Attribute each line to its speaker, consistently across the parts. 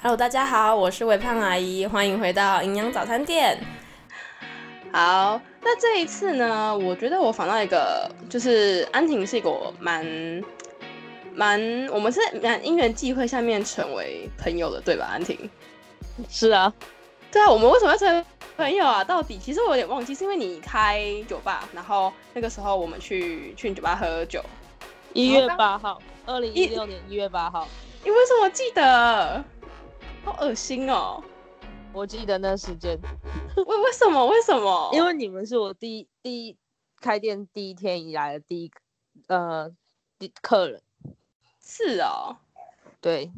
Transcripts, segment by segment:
Speaker 1: Hello，大家好，我是微胖阿姨，欢迎回到营养早餐店。
Speaker 2: 好，那这一次呢，我觉得我访到一个，就是安婷是一个我蛮蛮，我们是蛮因缘际会下面成为朋友的，对吧？安婷，
Speaker 3: 是啊，
Speaker 2: 对啊，我们为什么要成为朋友啊？到底其实我有点忘记，是因为你开酒吧，然后那个时候我们去去你酒吧喝酒，
Speaker 3: 一
Speaker 2: 好
Speaker 3: 月
Speaker 2: 当
Speaker 3: 八号，二零一六年一月八号，
Speaker 2: 你为什么记得？好恶心哦！
Speaker 3: 我记得那时间，
Speaker 2: 为为什么？为什么？
Speaker 3: 因为你们是我第一第一开店第一天以来的第一个呃第客人，
Speaker 2: 是哦，
Speaker 3: 对，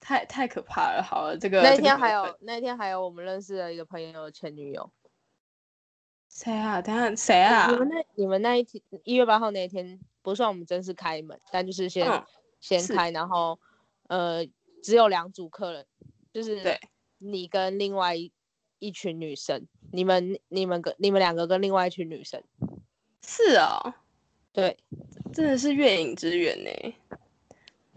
Speaker 2: 太太可怕了。好了，这个
Speaker 3: 那
Speaker 2: 啊这个
Speaker 3: 天
Speaker 2: 部
Speaker 3: 还
Speaker 2: 分
Speaker 3: 有那天还有我们认识的一个朋友的前女友，
Speaker 2: 谁啊？等一下谁啊
Speaker 3: 你？们那你们那一天一月八号那一天不算我们正式开门，但就是先、
Speaker 2: 嗯
Speaker 3: 先
Speaker 2: 是
Speaker 3: 开，然后呃只有两组客人，就是
Speaker 2: 对
Speaker 3: 你跟另外一一群女生，你们你们跟你们两个跟另外一群女生，
Speaker 2: 是哦，
Speaker 3: 对，
Speaker 2: 真的是月影之缘呢。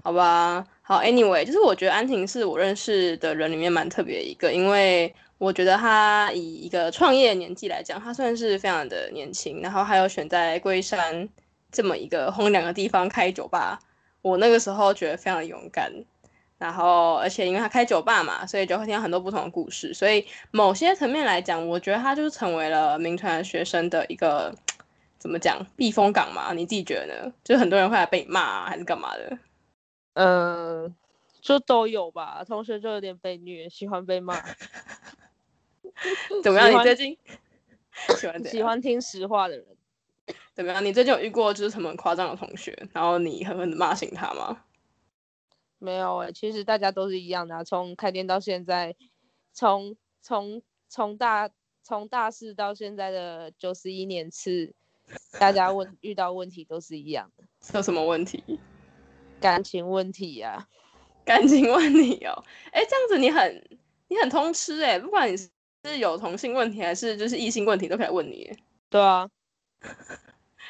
Speaker 2: 好吧，好，anyway，就是我觉得安婷是我认识的人里面蛮特别的一个，因为我觉得她以一个创业年纪来讲，她算是非常的年轻，然后还有选在龟山这么一个荒凉的地方开酒吧，我那个时候觉得非常的勇敢。然后，而且因为她开酒吧嘛，所以就会听到很多不同的故事，所以某些层面来讲，我觉得她就是成为了名传学生的一个怎么讲避风港嘛？你自己觉得呢？就是很多人会来被你骂、啊、还是干嘛的？
Speaker 3: 嗯，就都有吧。同学就有点被虐，喜欢被 骂，
Speaker 2: 怎么样？
Speaker 3: 喜
Speaker 2: 你
Speaker 3: 欢
Speaker 2: 最 近喜欢怎
Speaker 3: 喜
Speaker 2: 样？
Speaker 3: 欢听实话的人。
Speaker 2: 怎么样？你最近有遇过就是什么很夸张的同学，然后你狠狠的骂醒他吗？
Speaker 3: 没有哎、其实大家都是一样的啊、从开店到现在，从从从大从大四到现在的九十一年次，大家问遇到问题都是一样的，
Speaker 2: 是有什么问题？
Speaker 3: 感情问题啊呀、
Speaker 2: 感情问题哦？哎，这样子你很你很通吃哎、不管你是有同性问题还是就是异性问题，都可以来问你欸。
Speaker 3: 对啊，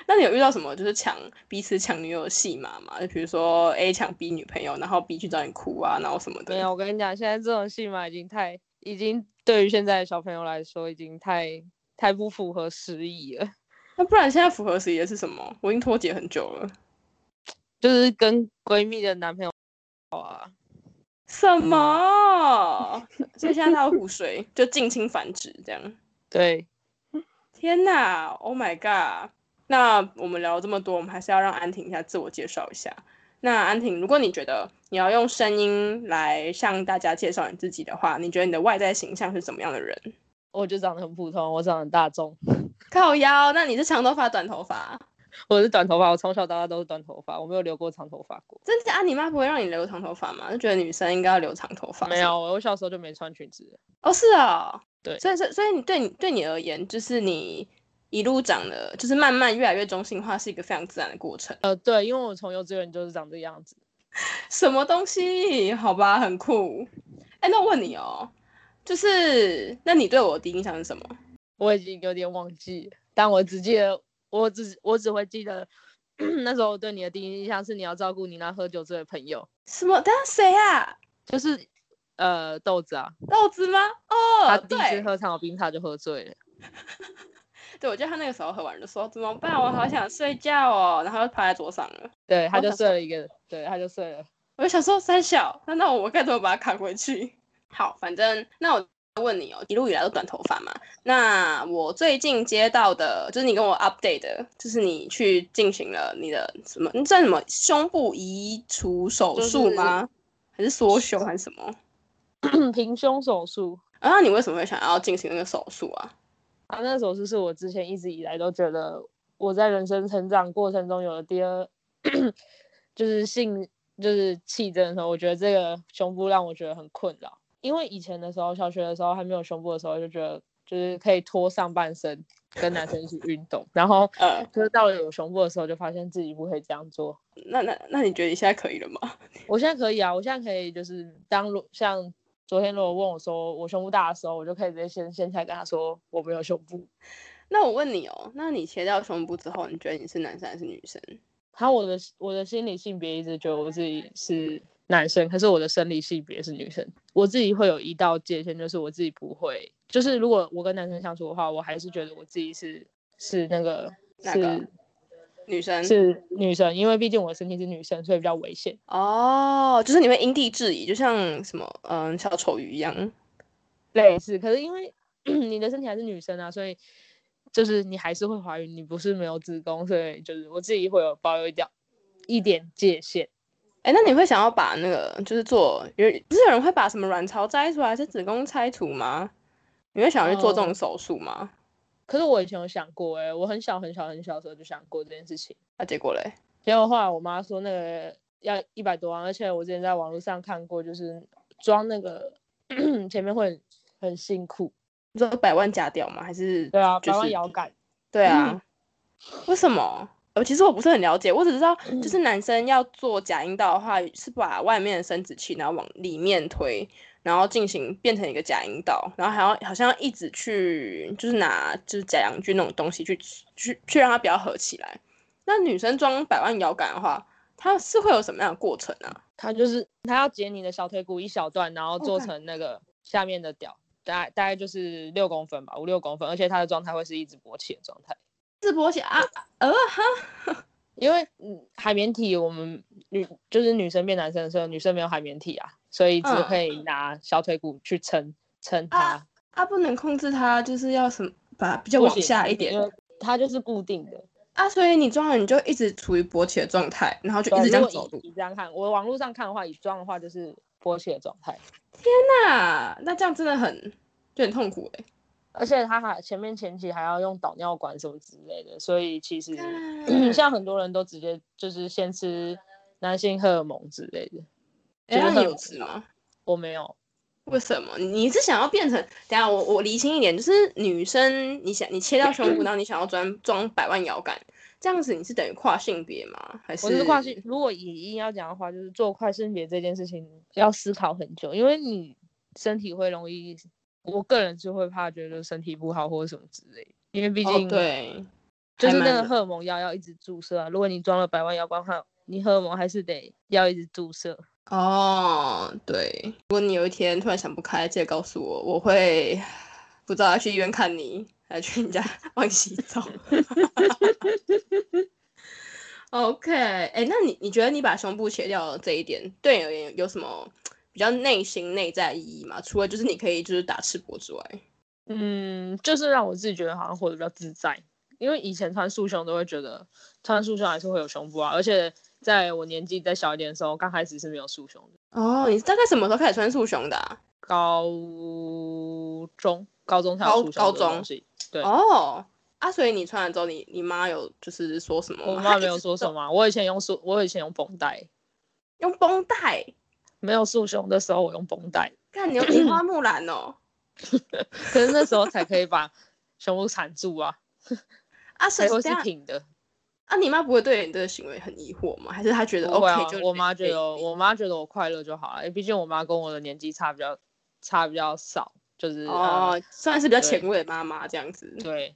Speaker 2: 那你有遇到什么就是抢彼此抢女友的戏码吗？就比如说 A 抢 B 女朋友，然后 B 去找你哭啊，然后什么的。
Speaker 3: 没有，我跟你讲，现在这种戏码已经太，已经对于现在的小朋友来说，已经太太不符合时宜了。
Speaker 2: 那不然现在符合时宜的是什么？我已经脱节很久了。
Speaker 3: 就是跟闺蜜的男朋友啊，
Speaker 2: 什么？所以现在它有互水，就近亲繁殖这样。
Speaker 3: 对，
Speaker 2: 天哪！Oh my god！那我们聊了这么多，我们还是要让安婷一下自我介绍一下。那安婷，如果你觉得你要用声音来向大家介绍你自己的话，你觉得你的外在形象是怎么样的人？
Speaker 3: 我就长得很普通，我长得很大众，
Speaker 2: 靠腰？那你是长头发、短头发？
Speaker 3: 我是短头发，我从小到大都是短头发，我没有留过长头发过。
Speaker 2: 真假？啊你妈不会让你留长头发吗？就觉得女生应该要留长头发？
Speaker 3: 没有，我小时候就没穿裙子，
Speaker 2: 哦，是哦，
Speaker 3: 对
Speaker 2: 所以所以所以你对你对你而言，就是你一路长的，就是慢慢越来越中性化，是一个非常自然的过程。
Speaker 3: 呃，对，因为我从幼稚园就是长这样子。
Speaker 2: 什么东西？好吧，很酷。哎，那我问你哦，就是那你对我的第一印象是什么？
Speaker 3: 我已经有点忘记了，但我只记得，我只我只会记得 那时候我对你的第一印象是你要照顾你那喝酒醉的朋友，
Speaker 2: 什么？等下谁啊？
Speaker 3: 就是呃豆子啊，
Speaker 2: 豆子吗？
Speaker 3: 他
Speaker 2: 哦，
Speaker 3: 第一次
Speaker 2: 对，
Speaker 3: 喝长岛冰茶就喝醉了。
Speaker 2: 对，我觉得他那个时候喝完就说怎么办？我好想睡觉哦，然后就趴在桌上了。
Speaker 3: 对，他
Speaker 2: 我
Speaker 3: 就
Speaker 2: 想
Speaker 3: 睡了一个，对，他就睡了。
Speaker 2: 我就想说三小，那那我该怎么把它扛回去？ 好，反正那我问你哦，一路以来都短头发嘛。那我最近接到的，就是你跟我 update 的，就是你去进行了你的什么？你算什么胸部移除手术吗？还是缩胸还是什么？
Speaker 3: 嗯平胸手术，
Speaker 2: 啊，那你为什么会想要进行那个手术啊？
Speaker 3: 啊，那首诗是我之前一直以来都觉得我在人生成长过程中有的第二， 就是性就是气质的时候，我觉得这个胸部让我觉得很困扰。因为以前的时候，小学的时候还没有胸部的时候，就觉得就是可以脱上半身跟男生一起运动，然后
Speaker 2: 呃，
Speaker 3: 就是到了有胸部的时候，就发现自己不可以这样做。
Speaker 2: 那那那你觉得你现在可以了吗？
Speaker 3: 我现在可以啊，我现在可以就是当如像昨天如果问我说我胸部大的时候，我就可以直接先先起来跟他说我没有胸部。
Speaker 2: 那我问你哦，那你切掉胸部之后，你觉得你是男生还是女生？
Speaker 3: 然后我的我的心理性别一直觉得我自己是男生，可是我的生理性别是女生，我自己会有一道界限，就是我自己不会，就是如果我跟男生相处的话，我还是觉得我自己是是那个
Speaker 2: 哪
Speaker 3: 是
Speaker 2: 个女生
Speaker 3: 是女生，因为毕竟我的身体是女生，所以比较危险。
Speaker 2: 哦，就是你会因地制宜，就像什么嗯小丑鱼一样。
Speaker 3: 类似，可是因为 你的身体还是女生啊，所以就是你还是会怀孕，你不是没有子宫，所以就是我自己会有保有一点一点界限。
Speaker 2: 哎，那你会想要把那个就是做，有不是有人会把什么卵巢摘出来，还是子宫拆除吗？你会想要去做这种
Speaker 3: 哦
Speaker 2: 手术吗？
Speaker 3: 可是我以前有想过、欸，我很小很小很小的时候就想过这件事情，
Speaker 2: 那、啊结果嘞？
Speaker 3: 结果后来我妈说那个要一百多万，而且我之前在网络上看过，就是装那个 前面会很很辛苦，
Speaker 2: 你说百万假掉吗？还是
Speaker 3: 对啊，
Speaker 2: 就
Speaker 3: 百万
Speaker 2: 是
Speaker 3: 摇杆，
Speaker 2: 对啊，为什么？呃，其实我不是很了解，我只知道就是男生要做假阴道的话，是把外面的生殖器然后往里面推，然后进行变成一个假阴道，然后还要好像要一直去就是拿就是假阳具那种东西去去去让它不要合起来。那女生装百万摇杆的话，它是会有什么样的过程啊？
Speaker 3: 它就是它要截你的小腿骨一小段，然后做
Speaker 2: 哦干
Speaker 3: 成那个下面的屌，大概大概就是六公分吧，五六公分，而且它的状态会是一直勃起的状态，
Speaker 2: 自勃起啊，呃哈，
Speaker 3: 因为嗯海绵体我们女就是女生变男生的时候，女生没有海绵体啊，所以只
Speaker 2: 嗯
Speaker 3: 可以拿小腿骨去撑撑
Speaker 2: 啊
Speaker 3: 它，
Speaker 2: 啊不能控制它，就是要什么把比较
Speaker 3: 不
Speaker 2: 往
Speaker 3: 行
Speaker 2: 下一点
Speaker 3: 因。为它就是固定的。
Speaker 2: 啊，所以你装了你就一直处于勃起的状态，然后就一
Speaker 3: 对啊
Speaker 2: 直这
Speaker 3: 如
Speaker 2: 样
Speaker 3: 果
Speaker 2: 走路。
Speaker 3: 以以这样看，我网络上看的话，以装的话就是勃起的状态，
Speaker 2: 那那这样真的很就很痛苦哎、
Speaker 3: 而且它还前面前期还要用导尿管什么之类的，所以其实。
Speaker 2: 欸。
Speaker 3: 嗯像很多人都直接就是先吃男性荷尔蒙之类的，
Speaker 2: 哎、
Speaker 3: 就是
Speaker 2: 那你
Speaker 3: 很
Speaker 2: 有吃吗？
Speaker 3: 我没有，
Speaker 2: 为什么？你是想要变成？等一下我我厘清一点，就是女生，你想你切掉 胸部，然后你想要装装百万摇杆，这样子你是等于跨性别吗？还是
Speaker 3: 我是跨性。如果以硬要讲的话，就是做跨性别这件事情要思考很久，因为你身体会容易，我个人就会怕觉得身体不好或者什么之类的，因为毕
Speaker 2: 哦
Speaker 3: 竟、，
Speaker 2: 对，
Speaker 3: 就是
Speaker 2: 还蛮
Speaker 3: 那个
Speaker 2: 的
Speaker 3: 荷尔蒙药要一直注射、啊，如果你装了百万摇光后，你荷尔蒙还是得要一直注射。
Speaker 2: 哦，对。如果你有一天突然想不开，记得告诉我，我会不知道要去医院看你，还是去你家帮你洗 澡。OK，哎、那你你觉得你把胸部切掉的这一点，对你而言有什么比较内心内在意义吗？除了就是你可以就是打赤膊之外，
Speaker 3: 嗯，就是让我自己觉得好像活得比较自在，因为以前穿束胸都会觉得穿束胸还是会有胸部啊，而且在我年纪再小一点的时候，刚开始是没有束胸的，
Speaker 2: 哦，你大概什么时候开始穿束胸的啊、
Speaker 3: 高中高中才有
Speaker 2: 高
Speaker 3: 束胸
Speaker 2: 高
Speaker 3: 这个
Speaker 2: 中
Speaker 3: 东西，对
Speaker 2: 哦，啊，所以你穿了之后，你你妈有就是说什么吗？
Speaker 3: 我
Speaker 2: 她
Speaker 3: 妈
Speaker 2: 一
Speaker 3: 没有
Speaker 2: 直
Speaker 3: 说
Speaker 2: 都
Speaker 3: 什么啊，我以前用束，我以前用绷带，
Speaker 2: 用绷带，
Speaker 3: 没有束胸的时候我用绷带，
Speaker 2: 看你用樱花木兰哦。
Speaker 3: 可是那时候才可以把胸部缠住啊，
Speaker 2: 啊，所
Speaker 3: 才
Speaker 2: 以
Speaker 3: 会
Speaker 2: 这
Speaker 3: 是
Speaker 2: 样
Speaker 3: 挺的。
Speaker 2: 啊，你妈不会对你这个行为很疑惑吗？还是她觉得
Speaker 3: 不
Speaker 2: OK？、
Speaker 3: 会啊
Speaker 2: 就，
Speaker 3: 我
Speaker 2: 没
Speaker 3: 妈觉
Speaker 2: 没
Speaker 3: 得
Speaker 2: 没
Speaker 3: 我妈觉得我快乐就好了，毕竟我妈跟我的年纪差比较差比较少，就是呃
Speaker 2: 哦，算是比较
Speaker 3: 对
Speaker 2: 前卫的妈妈这样子。
Speaker 3: 对，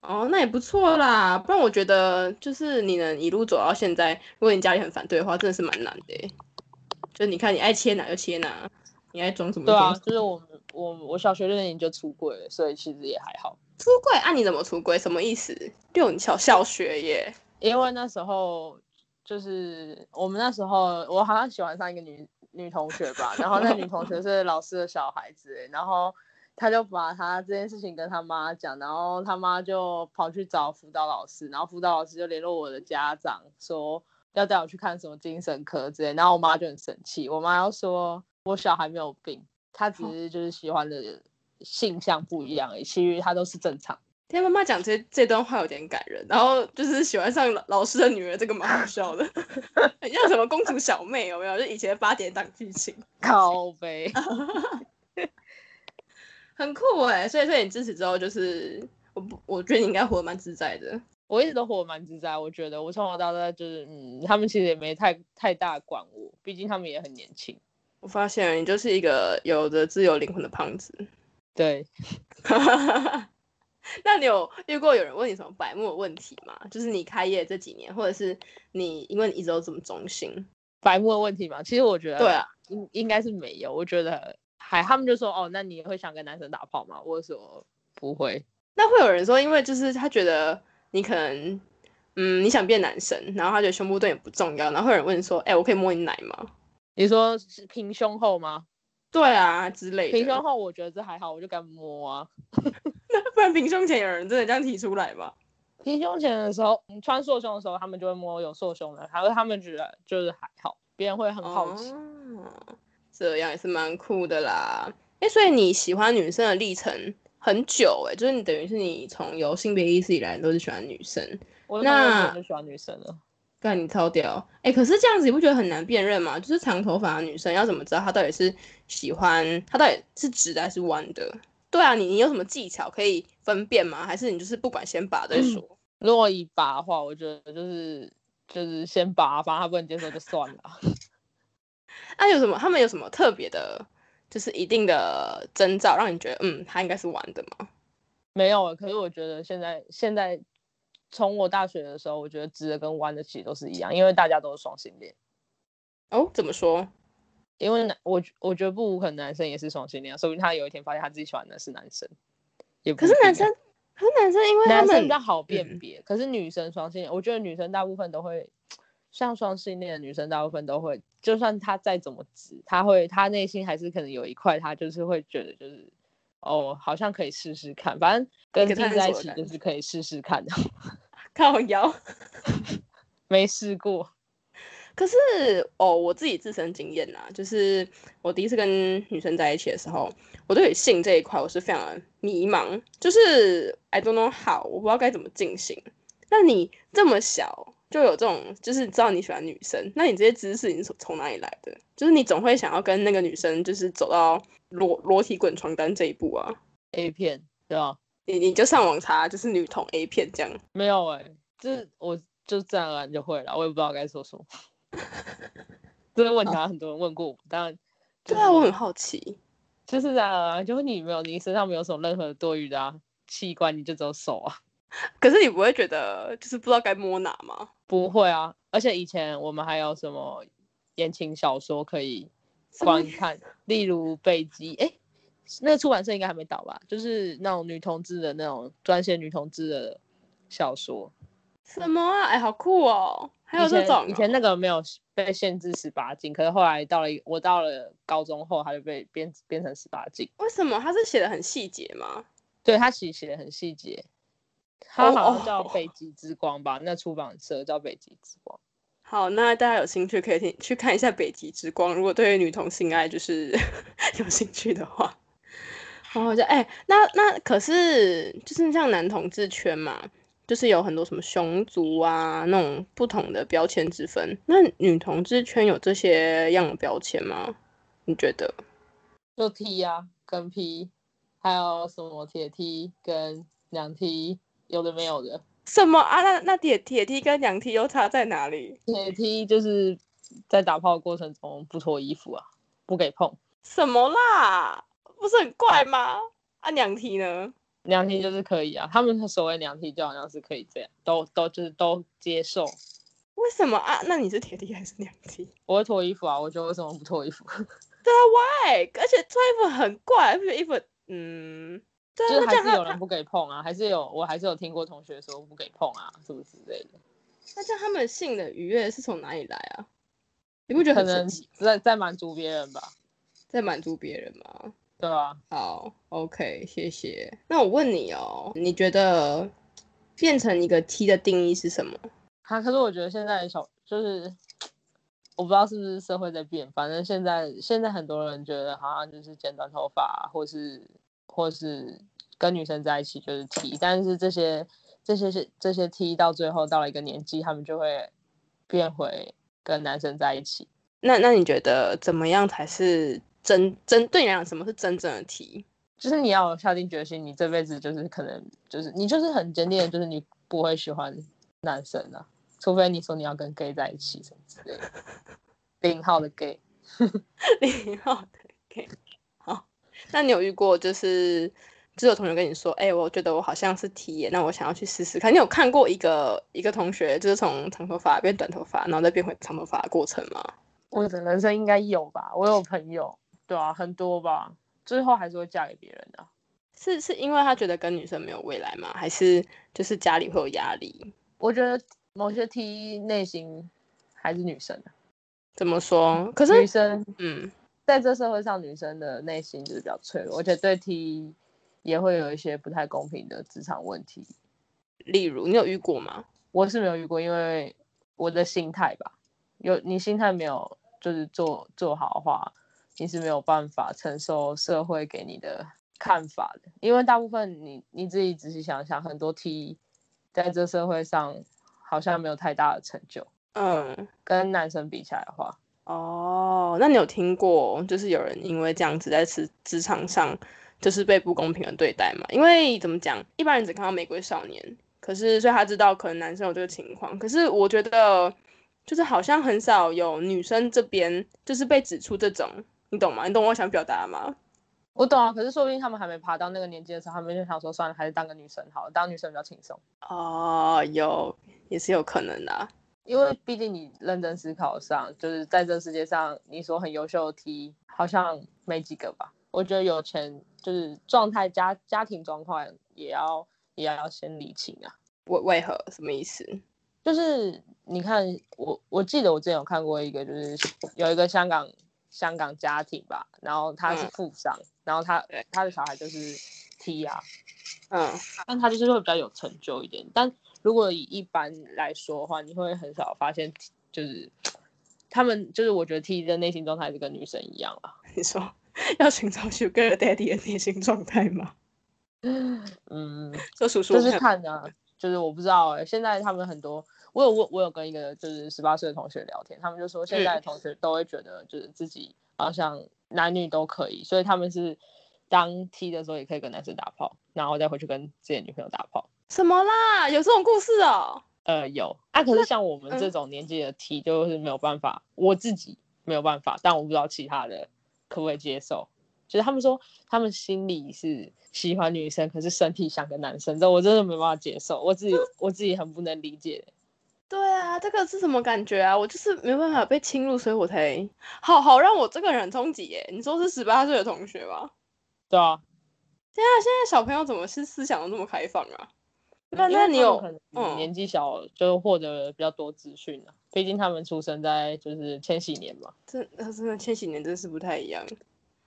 Speaker 2: 哦，那也不错啦。不然我觉得就是你能一路走到现在，如果你家里很反对的话，真的是蛮难的欸。就你看，你爱切哪就切哪，你爱装什么就
Speaker 3: 对啊
Speaker 2: 装。，
Speaker 3: 就是我们我我小学六年级就出柜了，所以其实也还好，
Speaker 2: 出柜啊？你怎么出柜？什么意思？六小小学耶。
Speaker 3: 因为那时候就是我们那时候我好像喜欢上一个女女同学吧，然后那女同学是老师的小孩子欸，然后。她就把她这件事情跟她妈讲，然后她妈就跑去找辅导老师，然后辅导老师就联络我的家长说要带我去看什么精神科之类，然后我妈就很生气，我妈要说我小孩没有病，她只是就是喜欢的性向不一样而已，其余她都是正常。
Speaker 2: 听妈妈讲这这段话有点感人，然后就是喜欢上老老师的女儿，这个蛮好笑的，很像什么公主小妹有没有？就以前八点档剧情，
Speaker 3: 靠呗，
Speaker 2: 很酷哎、所以所以你支持之后，就是我不我觉得你应该活得蛮自在的。
Speaker 3: 我一直都活得蛮自在，我觉得我从小到大就是，嗯，他们其实也没太太大管我，毕竟他们也很年轻。
Speaker 2: 我发现你就是一个有着自由灵魂的胖子。
Speaker 3: 对，
Speaker 2: 那你有遇过有人问你什么白目的问题吗？就是你开业这几年，或者是你因为你一直都这么忠心，
Speaker 3: 白目的问题嘛？其实我觉得
Speaker 2: 对啊，
Speaker 3: 应应该是没有。我觉得还他们就说哦，那你会想跟男生打炮吗？我说不会，
Speaker 2: 那会有人说，因为就是他觉得你可能，嗯，你想变男生，然后他觉得胸部对你不重要，然后会有人问说，哎、我可以摸你奶吗？
Speaker 3: 你说是平胸后吗？
Speaker 2: 对啊之类的。
Speaker 3: 平胸，后我觉得这还好，我就敢摸啊。
Speaker 2: 不然平胸前有人真的这样提出来吗？
Speaker 3: 平胸前的时候，你穿塑胸的时候，他们就会摸有塑胸的，然后他们觉得就是还好，别人会很好奇。
Speaker 2: 哦，这样也是蛮酷的啦。哎、所以你喜欢女生的历程很久哎、就是你等于是你从有性别意识以来都是喜欢女生，
Speaker 3: 我
Speaker 2: 那
Speaker 3: 那就喜欢女生了。
Speaker 2: 干你超屌哎、可是这样子你不觉得很难辨认吗？就是长头发的女生要怎么知道她到底是喜欢她到底是直的还是弯的？对啊，你你有什么技巧可以分辨吗？还是你就是不管先拔再说？
Speaker 3: 如果以拔的话，我觉得就是就是先拔，反正他不能接受就算了。
Speaker 2: 那、啊有什么？他们有什么特别的，就是一定的征兆让你觉得嗯，她应该是弯的吗？
Speaker 3: 没有，欸可是我觉得现在现在从我大学的时候，我觉得直的跟弯的其实都是一样，因为大家都是双性恋。
Speaker 2: 哦，怎么说？
Speaker 3: 因为男我觉我觉得不无可能男生也是双性恋啊，说不定他有一天发现他自己喜欢的是男生，也不
Speaker 2: 可是
Speaker 3: 一定啊
Speaker 2: 男生，可是男生，因为他
Speaker 3: 男生比
Speaker 2: 们
Speaker 3: 较好辨
Speaker 2: 嗯
Speaker 3: 别，可是女生双性恋，我觉得女生大部分都会，像双性恋的女生大部分都会，就算她再怎么直，她会她内心还是可能有一块，她就是会觉得就是，哦，好像可以试试看，反正跟
Speaker 2: 个
Speaker 3: T
Speaker 2: 探
Speaker 3: 在一
Speaker 2: 索的
Speaker 3: 起
Speaker 2: 感
Speaker 3: 就是可以试试看的，
Speaker 2: 靠腰。
Speaker 3: 没试过，
Speaker 2: 可是哦，我自己自身经验啦，就是我第一次跟女生在一起的时候，我对于性这一块我是非常的迷茫，就是 I don't know how，我不知道该怎么进行。那你这么小就有这种，就是知道你喜欢女生，那你这些知识你是从哪里来的？就是你总会想要跟那个女生，就是走到裸裸体滚床单这一步啊。
Speaker 3: A 片对吧？
Speaker 2: 你你就上网查，就是女同 A 片这样。
Speaker 3: 没有哎、这我就自然而然就会了，我也不知道该说什么， 这个问题好像很多人问过我，当然
Speaker 2: 对
Speaker 3: 就是
Speaker 2: 啊，我很好奇。
Speaker 3: 就是啊，就是你没有，你身上没有什么任何多余的、啊、器官，你就只有手啊。
Speaker 2: 可是你不会觉得就是不知道该摸哪吗？
Speaker 3: 不会啊，而且以前我们还有什么言情小说可以
Speaker 2: 什么
Speaker 3: 观看，例如北极，哎、那个出版社应该还没倒吧？就是那种女同志的那种专写女同志的小说。
Speaker 2: 什么啊？哎、好酷哦！还有
Speaker 3: 以
Speaker 2: 这
Speaker 3: 前
Speaker 2: 种哦、
Speaker 3: 以前那个没有被限制十八禁，可是后来到了一我到了高中后，它就被变变成十八禁。
Speaker 2: 哦为什么他是写的很细节吗？
Speaker 3: 对他其实写的很细节，他
Speaker 2: 哦
Speaker 3: 好像叫
Speaker 2: 哦
Speaker 3: 北极之光吧，那出版社叫北极之光。
Speaker 2: 好，那大家有兴趣可以听去看一下《北极之光》，如果对于女同性爱就是 有兴趣的话。然后我就哎、那那可是就是像男同志圈嘛，就是有很多什么熊族啊那种不同的标签之分。那女同志圈有这些样的标签吗？你觉得？
Speaker 3: 就 T 啊，跟 P，还有什么铁 T 跟两 T，有的没有的。
Speaker 2: 什么啊？那那铁铁梯跟两梯又差在哪里？
Speaker 3: 铁 T 就是在打炮的过程中不脱衣服啊，不给碰。
Speaker 2: 什么啦？不是很怪吗？啊，两梯呢？
Speaker 3: 两 T 就是可以啊，他们所谓两 T 就好像是可以这样，都都就是都接受。
Speaker 2: 为什么啊？那你是铁梯还是两梯？
Speaker 3: 我会脱衣服啊，我觉得为什么不脱衣服？
Speaker 2: 哎，而且穿衣服很怪，不觉得衣服嗯，对
Speaker 3: 就
Speaker 2: 啊，
Speaker 3: 是
Speaker 2: 那这
Speaker 3: 还
Speaker 2: 样
Speaker 3: 是
Speaker 2: 他
Speaker 3: 有人不给碰啊，还是有我还是有听过同学说不给碰啊，什么之类的。
Speaker 2: 那这样他们性的愉悦是从哪里来啊？你不觉得
Speaker 3: 可
Speaker 2: 很神
Speaker 3: 能
Speaker 2: 奇？
Speaker 3: 在在满足别人吧，
Speaker 2: 在满足别人吗？
Speaker 3: 对吧、
Speaker 2: 好，OK，谢谢。那我问你哦，你觉得变成一个 T 的定义是什么？
Speaker 3: 他可是我觉得现在小就是，我不知道是不是社会在变，反正现在现在很多人觉得好像就是剪短头发啊、或是或是跟女生在一起就是 T，但是这些这些是这些 T 到最后到了一个年纪，他们就会变回跟男生在一起。
Speaker 2: 那那你觉得怎么样才是真真对你来讲什么是真正的 T？
Speaker 3: 就是你要有下定决心，你这辈子就是可能就是你就是很坚定的，就是你不会喜欢男生啊，除非你说你要跟 gay 在一起什么之类的，零号的 gay。
Speaker 2: 零号的 gay。好，那你有遇过就是就是有同学跟你说，哎、我觉得我好像是 T 耶，那我想要去试试看。你有看过一个一个同学就是从长头发变短头发，然后再变回长头发的过程吗？
Speaker 3: 我的人生应该有吧，我有朋友，对啊，很多吧，最后还是会嫁给别人的啊、
Speaker 2: 是是因为他觉得跟女生没有未来吗？还是就是家里会有压力？
Speaker 3: 我觉得某些 T 内心还是女生啊、
Speaker 2: 怎么说？可是，
Speaker 3: 女生
Speaker 2: 嗯，
Speaker 3: 在这社会上，女生的内心就是比较脆弱，而且对 T 也会有一些不太公平的职场问题。
Speaker 2: 例如你有遇过吗？
Speaker 3: 我是没有遇过，因为我的心态吧，有你心态没有就是做做好的话，你是没有办法承受社会给你的看法的。因为大部分你你自己仔细想想，很多 T 在这社会上好像没有太大的成就，
Speaker 2: 嗯，
Speaker 3: 跟男生比起来的话，
Speaker 2: 哦，那你有听过就是有人因为这样子在职职场上就是被不公平的对待吗？因为怎么讲，一般人只看到玫瑰少年，可是所以他知道可能男生有这个情况，可是我觉得就是好像很少有女生这边就是被指出这种，你懂吗？你懂我想表达吗？
Speaker 3: 我懂啊。可是说不定他们还没爬到那个年纪的时候，他们就想说，算了，还是当个女生好了，当女生比较轻松。
Speaker 2: 哦，有也是有可能的啊、
Speaker 3: 因为毕竟你认真思考上，就是在这世界上，你说很优秀的 T 好像没几个吧。我觉得有钱就是状态家家庭状况也要也要先理清啊。
Speaker 2: 为为何什么意思？
Speaker 3: 就是你看我我记得我之前有看过一个，就是有一个香港香港家庭吧，然后他是
Speaker 2: 嗯
Speaker 3: 富商，然后他
Speaker 2: 对
Speaker 3: 他的小孩就是 T 啊，
Speaker 2: 嗯，
Speaker 3: 但他就是会比较有成就一点。但如果以一般来说的话，你会很少发现，就是他们就是我觉得 T 的内心状态是跟女生一样啊。
Speaker 2: 你说要寻找 Sugar Daddy 的内心状态吗？
Speaker 3: 嗯，
Speaker 2: 这叔叔
Speaker 3: 这是
Speaker 2: 看
Speaker 3: 看的啊、就是我不知道、欸。现在他们很多，我有我我有跟一个就是十八岁的同学聊天，他们就说现在的同学都会觉得就是自己好像男女都可以，所以他们是当 T 的时候也可以跟男生打炮，然后再回去跟自己的女朋友打炮。
Speaker 2: 什么啦？有这种故事哦？
Speaker 3: 呃，有啊，可是像我们
Speaker 2: 嗯
Speaker 3: 这种年纪的 T 就是没有办法，我自己没有办法，但我不知道其他的可不可以接受。就是他们说他们心里是喜欢女生，可是身体想跟男生，这我真的没办法接受，我自己我自己很不能理解。
Speaker 2: 对啊，这个是什么感觉啊？我就是没办法被侵入，所以我才好好让我这个人很冲击耶。你说是十八岁的同学吧？
Speaker 3: 对啊，
Speaker 2: 天啊，现在小朋友怎么是思想都这么开放啊？那
Speaker 3: 因为
Speaker 2: 那你
Speaker 3: 他们
Speaker 2: 有
Speaker 3: 可能
Speaker 2: 嗯
Speaker 3: 年纪小就获得比较多资讯啊，毕竟他们出生在就是千禧年嘛。
Speaker 2: 真呃真的千禧年真是不太一样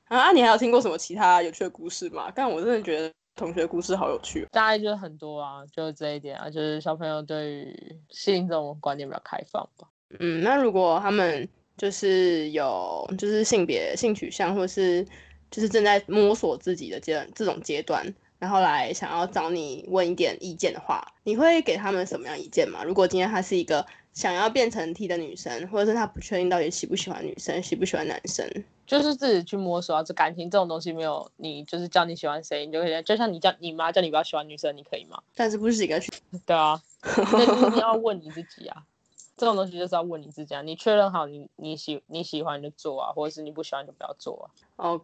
Speaker 2: 啊！啊你还有听过什么其他有趣的故事吗？但我真的觉得同学故事好有趣哦。
Speaker 3: 大概就是很多啊，就是这一点啊，就是小朋友对于性这种观念比较开放吧。
Speaker 2: 嗯，那如果他们就是有就是性别性取向，或是就是正在摸索自己的阶这种阶段，然后来想要找你问一点意见的话，你会给他们什么样意见吗？如果今天她是一个想要变成 T 的女生，或者是她不确定到底喜不喜欢女生，喜不喜欢男生，
Speaker 3: 就是自己去摸索啊，这感情这种东西没有你，就是叫你喜欢谁，你就可以。就像你叫你妈叫你不要喜欢女生，你可以吗？
Speaker 2: 但是不是一个
Speaker 3: 对啊，那就是你要问你自己啊。这种东西就是要问你自己啊，你确认好你你喜你喜欢就做啊，或者是你不喜欢就不要做啊。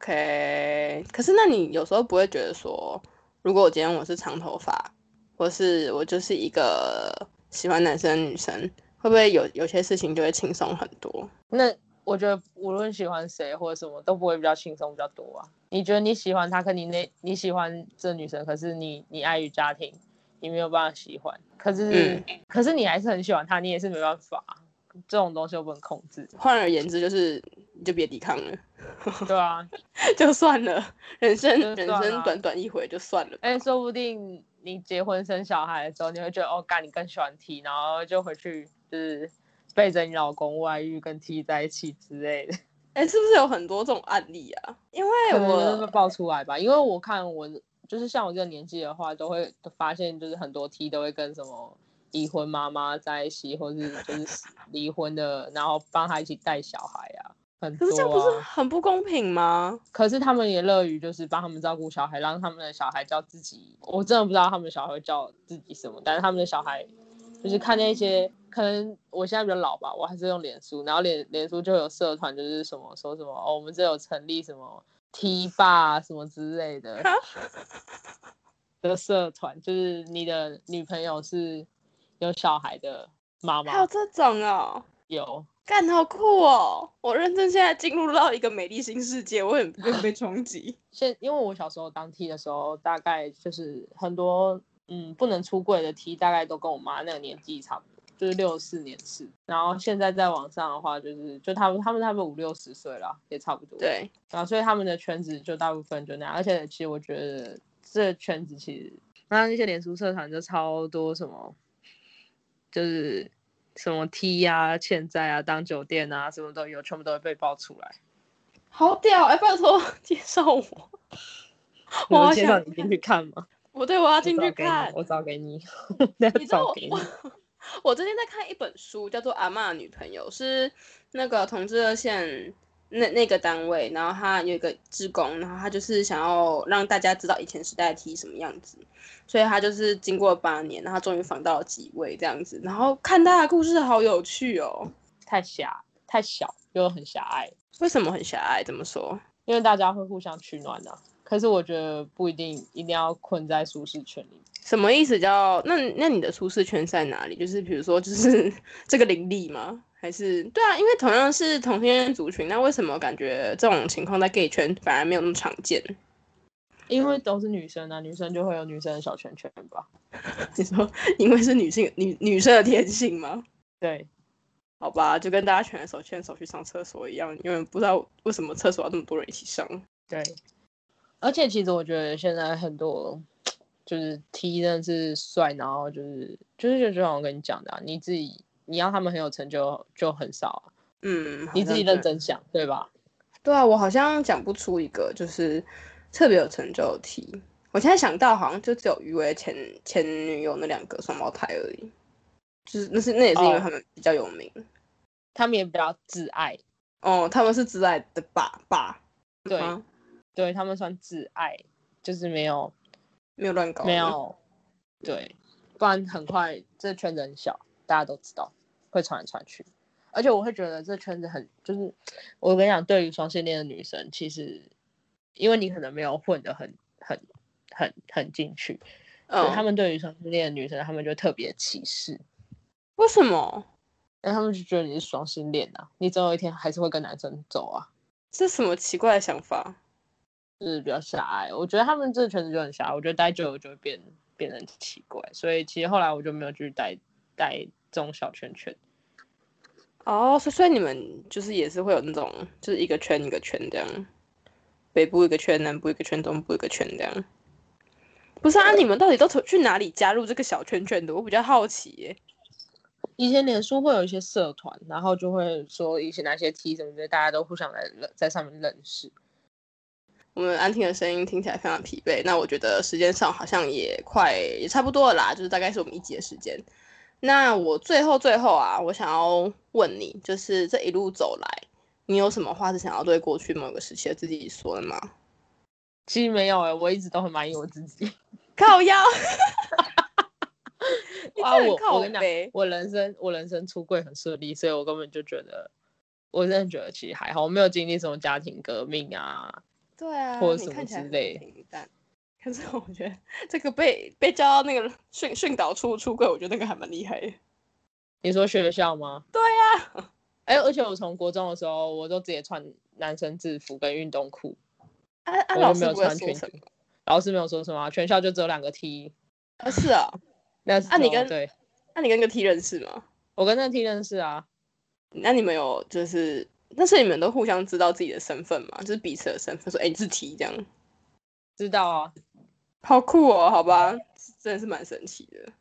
Speaker 2: OK，可是那你有时候不会觉得说，如果我今天我是长头发，或是我就是一个喜欢男生的女生，会不会有有些事情就会轻松很多？
Speaker 3: 那我觉得无论喜欢谁或者什么都不会比较轻松比较多啊。你觉得你喜欢她，可你那你喜欢这女生，可是你你碍于家庭，你没有办法喜欢，可是、可是你还是很喜欢她，你也是没办法啊，这种东西又不能控制。
Speaker 2: 换而言之，就是你就别抵抗了，
Speaker 3: 对啊，
Speaker 2: 就算了，人生
Speaker 3: 就
Speaker 2: 人
Speaker 3: 算
Speaker 2: 生
Speaker 3: 了
Speaker 2: 短短一回就算了。
Speaker 3: 哎、说不定你结婚生小孩的时候，你会觉得哦，干你更喜欢 T，然后就回去就是背着你老公外遇跟 T 在一起之类的，
Speaker 2: 哎、是不是有很多这种案例啊？因为
Speaker 3: 可能就是会
Speaker 2: 我
Speaker 3: 爆出来吧。因为我看我就是像我这个年纪的话，都会发现就是很多 T 都会跟什么已婚妈妈在一起，或是就是离婚的，然后帮他一起带小孩啊。很
Speaker 2: 可
Speaker 3: 多
Speaker 2: 是这样不是
Speaker 3: 啊，
Speaker 2: 很不公平吗？
Speaker 3: 可是他们也乐于就是帮他们照顾小孩，让他们的小孩叫自己。我真的不知道他们的小孩会叫自己什么，但是他们的小孩就是看见一些，可能我现在比较老吧，我还是用脸书，然后脸脸书就有社团，就是什么说什么哦，我们这有成立什么 T 吧什么之 类的的社团，就是你的女朋友是有小孩的妈
Speaker 2: 还有
Speaker 3: 妈
Speaker 2: 这种哦，
Speaker 3: 有。
Speaker 2: 干好酷哦！我认真现在进入到一个美丽新世界，我很我很被冲击。
Speaker 3: 现因为我小时候当 T 的时候，大概就是很多嗯不能出柜的 T，大概都跟我妈那个年纪差不多，就是六四年次。然后现在在网上的话，就是就他们他们他们五六十岁了，也差不多。
Speaker 2: 对，
Speaker 3: 然后所以他们的圈子就大部分就那样，而且其实我觉得这圈子其实，然后那些脸书社团就超多什么，就是什么 T 啊、欠债啊、当酒店啊，什么都有，全部都会被爆出来。
Speaker 2: 好屌！哎、拜托介绍我，我
Speaker 3: 有
Speaker 2: 好
Speaker 3: 介绍
Speaker 2: 想
Speaker 3: 你进去看吗？
Speaker 2: 不对，我要
Speaker 3: 我
Speaker 2: 进
Speaker 3: 找
Speaker 2: 去
Speaker 3: 给你
Speaker 2: 看。
Speaker 3: 我找给你， 等下
Speaker 2: 你知道
Speaker 3: 找
Speaker 2: 我
Speaker 3: 给你。
Speaker 2: 我我最近在看一本书，叫做《阿嬷的女朋友》，是那个同志热线那那个单位，然后他有一个志工，然后他就是想要让大家知道以前时代的 T 什么样子，所以他就是经过八年，然后终于访到了几位这样子，然后看他的故事好有趣哦。
Speaker 3: 太狭太小又很狭隘，
Speaker 2: 为什么很狭隘？怎么说？
Speaker 3: 因为大家会互相取暖的、可是我觉得不一定一定要困在舒适圈里。
Speaker 2: 什么意思叫？那那你的舒适圈在哪里？就是比如说，就是 这个灵力吗？还是对啊？因为同样是同性恋族群，那为什么感觉这种情况在 gay 圈反而没有那么常见？
Speaker 3: 因为都是女生啊，女生就会有女生的小圈圈吧。
Speaker 2: 你说，因为是女性女女生的天性吗？
Speaker 3: 对，
Speaker 2: 好吧，就跟大家全手牵手去上厕所一样，永远不知道为什么厕所要那么多人一起上。
Speaker 3: 对，而且其实我觉得现在很多就是 T 真的是帅，然后就是就是就就像我跟你讲的、啊，你自己你让他们很有成就就很少、啊，
Speaker 2: 嗯，好
Speaker 3: 你自
Speaker 2: 像
Speaker 3: 己
Speaker 2: 对
Speaker 3: 认真想，对吧？
Speaker 2: 对啊，我好像讲不出一个就是特别有成就的题。我现在想到好像就只有余为前前女友那两个双胞胎而已，就是那是那也是因为
Speaker 3: 哦
Speaker 2: 他们比较有名
Speaker 3: 他们也比较自爱，
Speaker 2: 哦他们是挚爱的爸爸，嗯
Speaker 3: 对
Speaker 2: 吗
Speaker 3: 对他们算自爱，就是没有
Speaker 2: 没有乱搞，
Speaker 3: 没，有，对，不然很快这圈子很小，大家都知道会传来传去。而且我会觉得这圈子很，就是我跟你讲，对于双性恋的女生，其实因为你可能没有混得很很很很进去，所以
Speaker 2: 嗯，
Speaker 3: 他们对于双性恋的女生，他们就特别歧视，
Speaker 2: 为什么？
Speaker 3: 然后他们就觉得你是双性恋啊，你总有一天还是会跟男生走啊，
Speaker 2: 这什么奇怪的想法？
Speaker 3: 就是比较狭隘。我觉得他们这圈子就很狭隘，我觉得待久了就会变变得很奇怪，所以其实后来我就没有继续待待这种小圈圈。
Speaker 2: 哦，所以所以你们就是也是会有那种就是一个圈一个圈这样，北部一个圈，南部一个圈，东部一个圈这样。不是啊，你们到底都从去哪里加入这个小圈圈的？我比较好奇耶、
Speaker 3: 以前脸书会有一些社团，然后就会说以前哪些 T 什么的，大家都互相来认在上面认识。
Speaker 2: 我们安婷的声音听起来非常疲惫，那我觉得时间上好像也快也差不多了啦，就是大概是我们一集的时间。那我最后最后啊，我想要问你，就是这一路走来，你有什么话是想要对过去某个时期的自己说的吗？
Speaker 3: 其实没有哎、我一直都很满意我自己。
Speaker 2: 靠 腰， 你
Speaker 3: 哇，
Speaker 2: 真的
Speaker 3: 啊
Speaker 2: 很
Speaker 3: 我
Speaker 2: 靠
Speaker 3: 我跟你讲
Speaker 2: 北，
Speaker 3: 我人生我人生出柜很顺利，所以我根本就觉得，我真的觉得其实还好，我没有经历什么家庭革命啊。
Speaker 2: 对啊，
Speaker 3: 或
Speaker 2: 你
Speaker 3: 什
Speaker 2: 看
Speaker 3: 么
Speaker 2: 起来
Speaker 3: 之
Speaker 2: 很
Speaker 3: 类
Speaker 2: 平淡。可是我觉得这个被被叫到那个训训导处出柜，我觉得那个还蛮厉害的。
Speaker 3: 你说学校吗？
Speaker 2: 对
Speaker 3: 啊。 哎、而且我从国中的时候，我都直接穿男生制服跟运动裤，
Speaker 2: 啊啊，
Speaker 3: 我
Speaker 2: 老
Speaker 3: 就
Speaker 2: 师
Speaker 3: 没有
Speaker 2: 不会
Speaker 3: 穿
Speaker 2: 说
Speaker 3: 裙
Speaker 2: 什
Speaker 3: 子
Speaker 2: 么。。
Speaker 3: 老师没有说什么啊、全校就只有两个 T。
Speaker 2: 啊，是啊，
Speaker 3: 那时
Speaker 2: 啊你
Speaker 3: 候
Speaker 2: 跟
Speaker 3: 对
Speaker 2: 那你跟那个 T 认识吗？
Speaker 3: 我跟那个 T 认识啊，
Speaker 2: 那你们有就是，但是你们都互相知道自己的身份嘛？就是彼此的身份，说哎、你是 T 这样，
Speaker 3: 知道啊，
Speaker 2: 好酷哦，好吧，真的是蛮神奇的。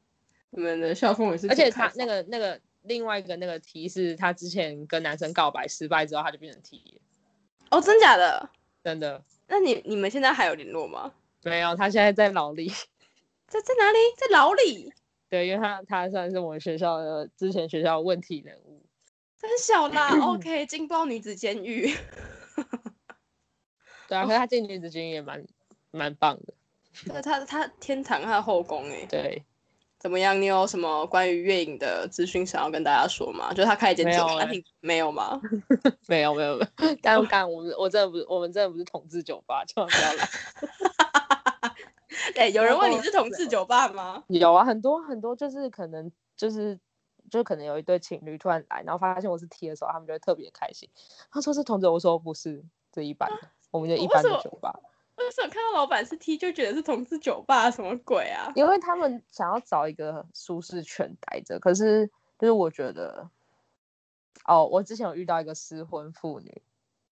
Speaker 2: 你们的校风也是，
Speaker 3: 而且他那，个那个另外一个那个 T 是他之前跟男生告白失败之后，他就变成 T，了
Speaker 2: 哦，真假的？
Speaker 3: 真的
Speaker 2: 那你你们现在还有联络吗？
Speaker 3: 没有，他现在在牢里。
Speaker 2: 在在哪里？在牢里，
Speaker 3: 对，因为他他算是我们学校的之前学校的问题人物，
Speaker 2: 真小 啦。OK，惊爆女子监狱。
Speaker 3: 对
Speaker 2: 哦
Speaker 3: 啊，可是他进女子军也蛮蛮棒的，
Speaker 2: 对他他天堂他的后宫哎、
Speaker 3: 对，
Speaker 2: 怎么样？你有什么关于月影的资讯想要跟大家说吗？就是他开一间
Speaker 3: 没
Speaker 2: 酒
Speaker 3: 有
Speaker 2: 吧，
Speaker 3: 欸
Speaker 2: 你 没有 吗？
Speaker 3: 没有没有没有， 但但我们我真的不是我们真的不是统治酒吧，千万不要来。
Speaker 2: 哎、有人
Speaker 3: 然
Speaker 2: 哎问你
Speaker 3: 后
Speaker 2: 是同志酒吧吗？
Speaker 3: 有啊，很多很多就是可能就是就可能有一对情侣突然来，然后发现我是 T 的时候，他们就会特别开心。他说是同志，我说不是，这一般的，我们就一般
Speaker 2: 为什
Speaker 3: 的
Speaker 2: 么
Speaker 3: 酒吧。
Speaker 2: 为什么看到老板是 T 就觉得是同志酒吧？什么鬼啊？
Speaker 3: 因为他们想要找一个舒适圈待着，可是就是我觉得，哦，我之前有遇到一个失婚妇女，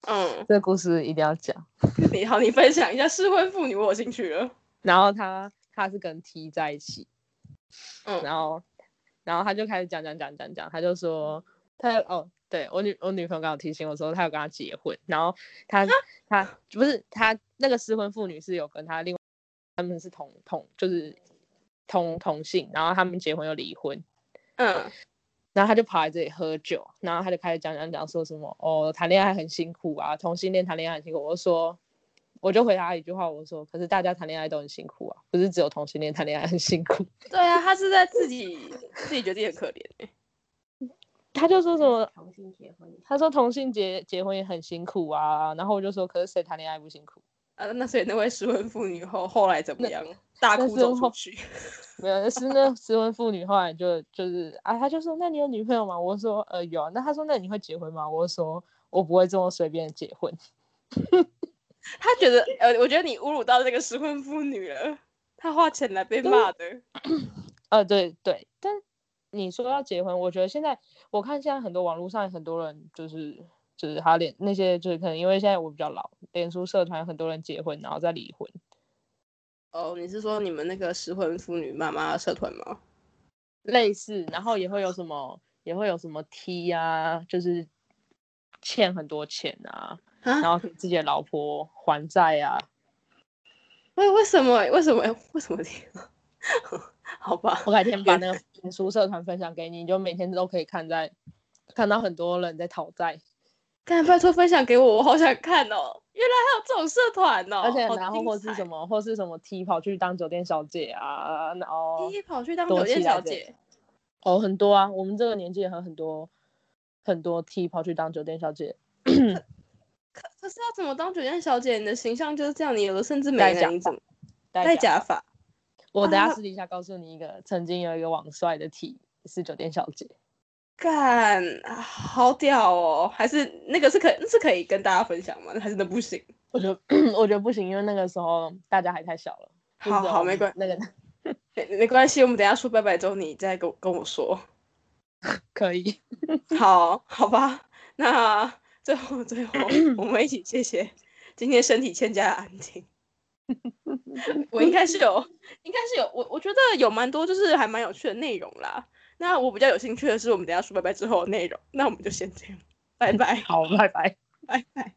Speaker 2: 嗯，
Speaker 3: 这个故事一定要讲。
Speaker 2: 你好，你分享一下失婚妇女，我有兴趣了。
Speaker 3: 然后她她是跟 T 在一起，
Speaker 2: 嗯
Speaker 3: 然后然后她就开始讲讲讲讲讲，她就说她哦，对我女我女朋友刚好提醒我说她有跟他结婚，然后她她不是她那个失婚妇女是有跟她另外他们是同同就是同同性，然后他们结婚又离婚，
Speaker 2: 嗯，
Speaker 3: 然后他就跑来这里喝酒，然后他就开始讲讲讲说什么哦，谈恋爱很辛苦啊，同性恋谈恋爱很辛苦。我就说，我就回答他一句话，我说，可是大家谈恋爱都很辛苦啊，不是只有同性恋谈恋爱很辛苦。
Speaker 2: 对啊，他是在自己自己觉得自己很可怜欸、
Speaker 3: 他就说什么，
Speaker 1: 重新结婚，
Speaker 3: 他说同性结结婚也很辛苦啊，然后我就说，可是谁谈恋爱不辛苦？
Speaker 2: 啊，那所以那位失婚妇女后后来怎么样？大
Speaker 3: 那
Speaker 2: 哭
Speaker 3: 是
Speaker 2: 走出
Speaker 3: 后
Speaker 2: 去。
Speaker 3: 没有，是那失婚妇女后来就就是啊，他就说那你有女朋友吗？我说呃有啊。那他说那你会结婚吗？我说我不会这么随便结婚。
Speaker 2: 他觉得，呃，我觉得你侮辱到这个失婚妇女了。她花钱来被骂的，
Speaker 3: 呃，对对，但你说要结婚，我觉得现在我看现在很多网络上很多人就是就是他脸那些就是可能因为现在我比较老，脸书社团很多人结婚然后再离婚，
Speaker 2: 哦，你是说你们那个失婚妇女妈妈社团吗？
Speaker 3: 类似，然后也会有什么也会有什么 T 啊，就是欠很多钱啊，
Speaker 2: 啊
Speaker 3: 然后给自己的老婆还债啊，
Speaker 2: 为为什么？为什么？哎为什么你？ 好吧，
Speaker 3: 我改天把那个 脸书社团分享给你，你就每天都可以看在看到很多人在讨债。
Speaker 2: 干拜托分享给我，我好想看哦！原来还有这种社团哦，
Speaker 3: 而且
Speaker 2: 好
Speaker 3: 然后
Speaker 2: 精
Speaker 3: 或是
Speaker 2: 彩
Speaker 3: 什么，或是什么 T 跑去当酒店小姐啊，然后
Speaker 2: 第一跑去当
Speaker 3: 躲
Speaker 2: 酒店
Speaker 3: 起来
Speaker 2: 小
Speaker 3: 的
Speaker 2: 姐，
Speaker 3: 哦很多啊，我们这个年纪也有很多很多 T 跑去当酒店小姐，
Speaker 2: 可可是要怎么当酒店小姐？你的形象就是这样，你有的甚至没
Speaker 3: 戴
Speaker 2: 了，
Speaker 3: 假
Speaker 2: 你怎么戴
Speaker 3: 戴
Speaker 2: 假发？
Speaker 3: 我等
Speaker 2: 啊
Speaker 3: 下私底下告诉你一个，曾经有一个网帅的 T 是酒店小姐，
Speaker 2: 干，啊好屌哦！还是那个是可那是可以跟大家分享吗？还是那不行？
Speaker 3: 我觉得我觉得不行，因为那个时候大家还太小了。不
Speaker 2: 好
Speaker 3: 知道
Speaker 2: 好
Speaker 3: 我
Speaker 2: 没
Speaker 3: 们
Speaker 2: 关
Speaker 3: 那个
Speaker 2: 没没关系，我们等一下说拜拜之后，你再跟我跟我说。
Speaker 3: 可以，，
Speaker 2: 好，好吧，那最后最后，我们一起谢谢今天身体欠佳的安静。我应该是有，应该是有，我我觉得有蛮多就是还蛮有趣的内容啦。那我比较有兴趣的是我们等一下说拜拜之后的内容，那我们就先这样，拜拜
Speaker 3: 好，拜拜。
Speaker 2: 拜拜。